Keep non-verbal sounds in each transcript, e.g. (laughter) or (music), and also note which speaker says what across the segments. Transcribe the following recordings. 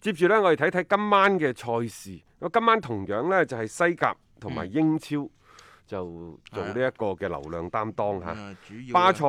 Speaker 1: 接住呢，我哋睇睇今晚嘅賽事。咁今晚同樣呢，就係、西甲同
Speaker 2: 嗯
Speaker 1: 埋英超、就做呢一個嘅流量擔當嚇。
Speaker 2: 啊主要
Speaker 1: 巴
Speaker 2: 啊
Speaker 1: 塞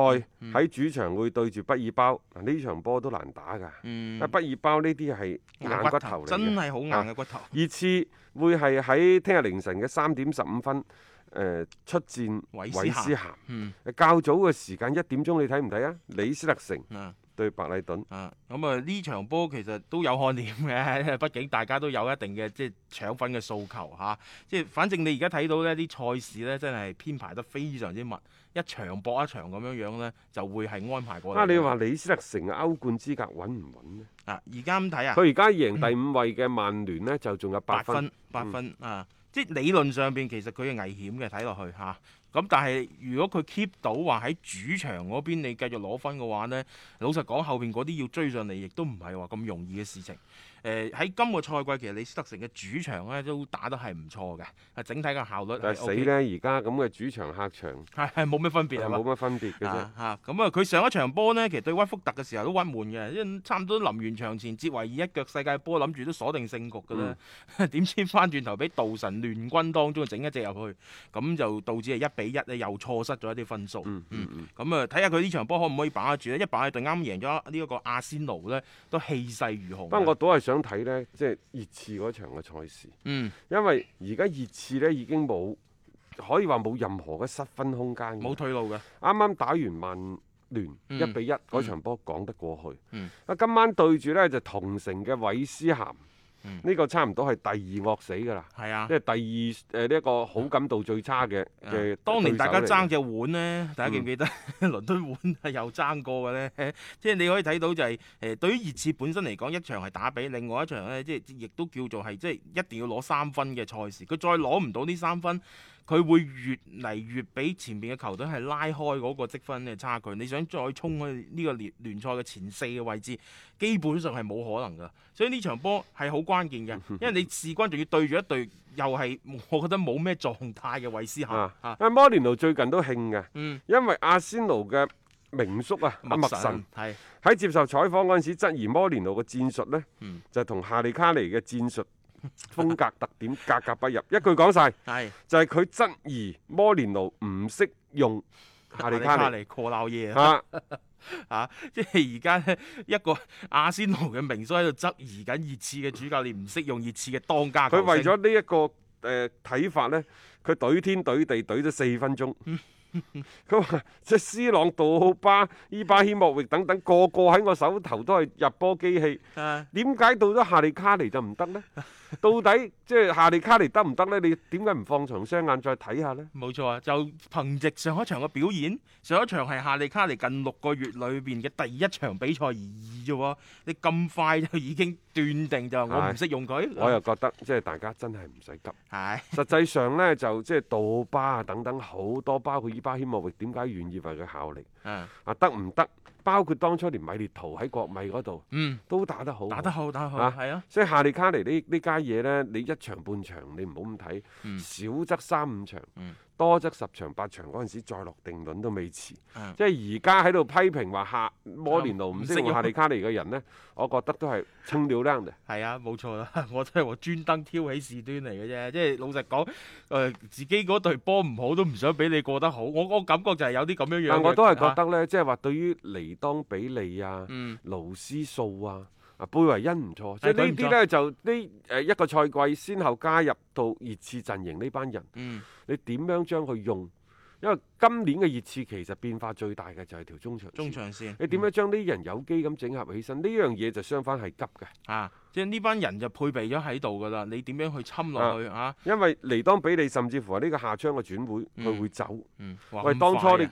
Speaker 1: 喺主場會對住畢爾包，呢場波都難打㗎。
Speaker 2: 嗯
Speaker 1: 啊，畢爾包呢啲係硬骨頭嚟
Speaker 2: 真
Speaker 1: 嘅。啊
Speaker 2: 係好硬嘅骨頭。
Speaker 1: 熱刺會係喺聽日凌晨嘅三點十五分，誒、出戰
Speaker 2: 韋斯
Speaker 1: 韋
Speaker 2: 咸
Speaker 1: 斯咸。
Speaker 2: 嗯
Speaker 1: 較早嘅時間一點鐘，你睇唔睇啊？李斯特城
Speaker 2: 啊
Speaker 1: 對白禮頓。
Speaker 2: 啊，咁啊呢場波其實都有看點嘅， (laughs) 畢竟大家都有一定嘅即係搶分嘅訴求嚇、即係反正你而家睇到呢啲賽事呢，真係編排得非常之密，一場搏一場咁樣樣呢，就會係安排過嚟。
Speaker 1: 啊，你話李斯特城嘅歐冠資格穩唔穩呢？
Speaker 2: 啊，而家咁睇啊
Speaker 1: 佢，而家贏第五位嘅曼聯呢，就仲有八
Speaker 2: 八
Speaker 1: 分嗯
Speaker 2: 分。八分啊！即係理論上邊其實佢係危險嘅，睇落去嚇。咁、但係如果佢 keep 到話喺主場嗰邊你繼續攞分嘅話呢，老實講後邊嗰啲要追上嚟，亦都唔係話咁容易嘅事情。誒、喺今個賽季其實李斯特城嘅主場呢都打得係唔錯嘅，啊整體嘅效率
Speaker 1: 但係
Speaker 2: 係
Speaker 1: 死呢，而家咁嘅主場客場
Speaker 2: 係係冇咩分別係嘛
Speaker 1: 冇？乜分別嘅啫
Speaker 2: 啊。啊咁啊！佢上一場波呢，其實對屈福特嘅時候都鬱悶嘅，因為差唔多臨完場前，哲維爾一腳世界波，諗住都鎖定勝局㗎啦。
Speaker 1: 嗯
Speaker 2: (laughs) 點、知翻轉頭俾道神亂軍當中整一隻入去，咁就導致係一比一咧，又錯失咗一啲分數。
Speaker 1: 嗯嗯嗯。
Speaker 2: 咁啊，睇下佢呢場波可唔可以把握住咧？一把握住啱啱贏咗呢一個阿仙奴呢，都氣勢如虹。啊
Speaker 1: 不過我倒係想睇呢，即係熱刺嗰場嘅賽事，
Speaker 2: 嗯
Speaker 1: 因為而家熱刺呢已經冇可以話冇任何嘅失分空間嘅。
Speaker 2: 冇退路嘅，
Speaker 1: 啱啱打完曼聯
Speaker 2: 嗯
Speaker 1: 一比一嗰場波講得過去。
Speaker 2: 嗯
Speaker 1: 啊，今晚對住呢就同城嘅韋斯咸，呢、
Speaker 2: 嗯
Speaker 1: 個差唔多係第二惡死㗎啦，
Speaker 2: 係啊
Speaker 1: 即。係第二誒呢一個好感度最差嘅嘅。嗯
Speaker 2: 當年大家爭
Speaker 1: 爭，
Speaker 2: 隻碗呢，大家記唔記得 (laughs) 倫敦碗係又爭過嘅呢？ (laughs) 即係你可以睇到就係、誒、對於熱刺本身嚟講，一場係打比，另外一場呢，即係亦都叫做係即係一定要攞三分嘅賽事。佢再攞唔到呢三分，佢會越嚟越俾前邊嘅球隊係拉開嗰個積分嘅差距。你想再衝去呢個聯聯賽嘅前四嘅位置，基本上係冇可能㗎。所以呢場波係好關鍵嘅，因為你事關仲要對住一隊又係我覺得冇咩狀態嘅韋斯咸
Speaker 1: 啊
Speaker 2: 啊
Speaker 1: 啊，摩連奴最近都興嘅，
Speaker 2: 嗯，
Speaker 1: 因為阿仙奴嘅名宿啊，阿麥神
Speaker 2: 係
Speaker 1: 喺接受採訪嗰陣時質疑摩連奴嘅戰術呢，
Speaker 2: 嗯
Speaker 1: 就同夏利卡尼嘅戰術風格特 (laughs) 點格格不入。一句講晒，
Speaker 2: 係
Speaker 1: 就係佢質疑摩連奴唔識用夏利卡尼。
Speaker 2: 嚟 call 鬧嘢啊！
Speaker 1: 啊，
Speaker 2: 啊， (laughs) 即係而家咧一個阿仙奴嘅名宿喺度質疑緊熱刺嘅主教練唔識用熱刺嘅當家球
Speaker 1: 啊佢
Speaker 2: 星
Speaker 1: 為咗呢一個誒睇、法呢，佢懟天懟地懟咗四分 (laughs) 鐘。佢話：即係斯朗、杜奧巴、伊巴希莫域等等，個個喺我手頭都係入波機器。
Speaker 2: 啊
Speaker 1: 點解到咗夏利卡尼就唔得呢？到底即係夏利卡尼得唔得呢？你點解唔放長雙眼再睇下呢？
Speaker 2: 冇錯啊，就憑藉上一場嘅表演，上一場係夏利卡尼近六個月裏邊嘅第一場比賽而已啫喎，你咁快就已經斷定就我唔識用佢，
Speaker 1: 我又覺得即係大家真係唔使急。
Speaker 2: 係
Speaker 1: 實際上呢，就即係杜巴啊等等好多，包括伊巴希莫域，點解願意為佢效力
Speaker 2: 啊
Speaker 1: 啊？得唔得？包括當初連米列圖喺國米嗰度
Speaker 2: 嗯
Speaker 1: 都打得好，
Speaker 2: 打得。好打得好
Speaker 1: 啊
Speaker 2: 係啊
Speaker 1: 所以夏利卡尼呢呢家嘢呢，你一場半場你唔好咁睇，
Speaker 2: 嗯
Speaker 1: 少則三五場，
Speaker 2: 嗯
Speaker 1: 多則十場八場嗰陣時再落定論都未遲。
Speaker 2: 嗯
Speaker 1: 即係而家喺度批評話夏摩連奴唔識用夏利卡尼嘅人呢，我
Speaker 2: 啊
Speaker 1: 覺得都係清了
Speaker 2: (laughs)
Speaker 1: 靚嘅。
Speaker 2: 係啊，冇錯啦， (laughs) 我都係話專登挑起事端嚟嘅啫，即係老實講，誒、呃自己嗰隊波唔好都唔想俾你過得好，我我感覺就係有啲咁樣樣嘅。
Speaker 1: 但我都係覺
Speaker 2: 啊，
Speaker 1: 得呢，即係話對於尼當比利啊、
Speaker 2: 嗯，
Speaker 1: 勞斯數啊、啊貝維恩唔錯，即係
Speaker 2: 係
Speaker 1: 呢
Speaker 2: 佢唔錯
Speaker 1: 啲呢，就呢誒一個賽季先後加入到熱刺陣營呢班人，
Speaker 2: 嗯，
Speaker 1: 你點樣將佢用？因為今年嘅熱刺其實變化最大嘅就係條中場線。
Speaker 2: 中場線，
Speaker 1: 你點
Speaker 2: 嗯
Speaker 1: 樣將呢啲人有機咁整合起身？呢樣嘢就相反係急嘅，
Speaker 2: 啊？即係呢班人就配備咗喺度㗎啦，你點樣去侵落去啊？
Speaker 1: 因為尼當比利甚至乎係呢個夏窗嘅轉會，佢
Speaker 2: 嗯
Speaker 1: 會走。
Speaker 2: 嗯，哇
Speaker 1: 喂
Speaker 2: 咁
Speaker 1: 當初
Speaker 2: 快啊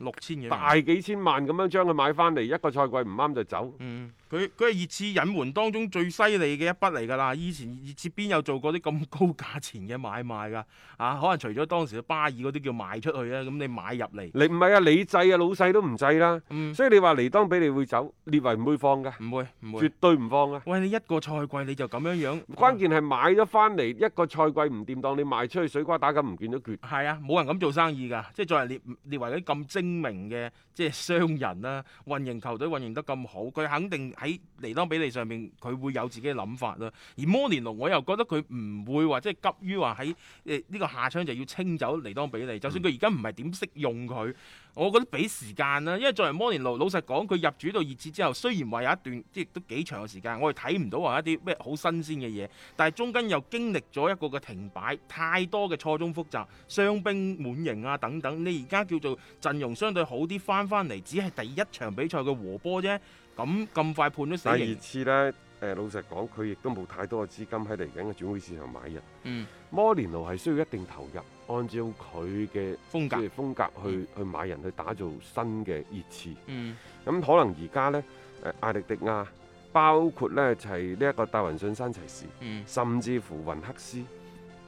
Speaker 2: 六千幾萬，
Speaker 1: 大幾千萬咁樣將佢買翻嚟，一個賽季唔啱就走，
Speaker 2: 嗯，佢佢係熱刺隱瞞當中最犀利嘅一筆嚟㗎啦！以前熱刺邊有做過啲咁高價錢嘅買賣㗎？啊，可能除咗當時嘅巴爾嗰啲叫賣出去咧，咁你買入嚟，
Speaker 1: 你唔係啊，你制啊，老細都唔制啦。
Speaker 2: 嗯，
Speaker 1: 所以你話尼當比利會走，列維唔會放㗎，
Speaker 2: 唔會唔會
Speaker 1: 絕。對唔放㗎。
Speaker 2: 喂，你一個賽季你就咁樣樣，
Speaker 1: 關鍵係買咗翻嚟一個賽季唔掂當，你賣出去水瓜打緊唔見咗橛。
Speaker 2: 係啊，冇人咁做生意㗎，即係作為列列為啲咁精明嘅即係商人啦、運營球隊運營得咁好，佢肯定喺尼當比利上面佢會有自己嘅諗法啦。而摩連奴我又覺得佢唔會話即係急於話喺誒呢個下窗就要清走尼當比利，就算佢而家唔係點識用佢，我覺得俾時間啦。因為作為摩連奴，老實講佢入主到熱刺之後，雖然話有一段即係都幾長嘅時間，我哋睇唔到話一啲咩好新鮮嘅嘢。但係中間又經歷咗一個嘅停擺，太多嘅錯綜複雜、傷兵滿營啊等等。你而家叫做陣容相對好啲，翻翻嚟只係第一場比賽嘅和波啫。咁咁快判咗
Speaker 1: 第
Speaker 2: 死
Speaker 1: 二
Speaker 2: 刑，
Speaker 1: 次呢，誒老實講，佢亦都冇太多嘅資金喺嚟緊嘅轉會市場買人。
Speaker 2: 嗯，
Speaker 1: 摩連奴係需要一定投入，按照佢嘅
Speaker 2: 風
Speaker 1: 即
Speaker 2: 格，
Speaker 1: 係風格去去買人，去打造新嘅熱刺。
Speaker 2: 嗯
Speaker 1: 咁可能而家呢，誒艾力迪亞，包括呢就係呢一個戴雲信山齊士，
Speaker 2: 嗯
Speaker 1: 甚至乎雲克斯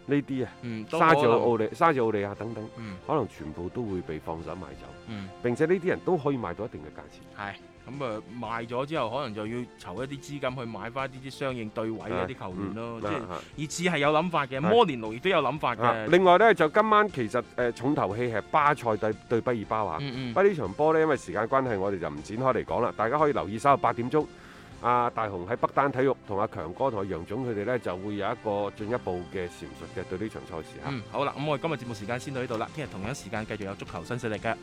Speaker 1: 呢啲啊，
Speaker 2: 嗯，都
Speaker 1: 沙治
Speaker 2: 可能
Speaker 1: 奧利沙治奧利亞等等，
Speaker 2: 嗯
Speaker 1: 可能全部都會被放手買走。
Speaker 2: 嗯。
Speaker 1: 並且呢啲人都可以賣到一定嘅價錢。
Speaker 2: 係咁啊，賣咗之後，可能就要籌一啲資金去買翻啲啲相應對位嘅啊一啲球員
Speaker 1: 嗯
Speaker 2: 咯。即係
Speaker 1: 啊
Speaker 2: 熱刺係有諗法嘅，摩連奴亦都有諗法
Speaker 1: 啊啊
Speaker 2: 嘅。
Speaker 1: 另外呢，就今晚其實誒、呃重頭戲係巴塞對對畢爾巴華。
Speaker 2: 嗯
Speaker 1: 不
Speaker 2: 嗯，
Speaker 1: 過呢場波呢，因為時間關係，我哋就唔展開嚟講啦。大家可以留意稍後八點鐘，阿、大雄喺北單體育同阿強哥同阿楊總佢哋呢，就會有一個進一步嘅闡述嘅對呢場賽事嚇。
Speaker 2: 嗯，好啦，咁我哋今日節目時間先到呢度啦，聽日同樣時間繼續有足球新勢力嘅。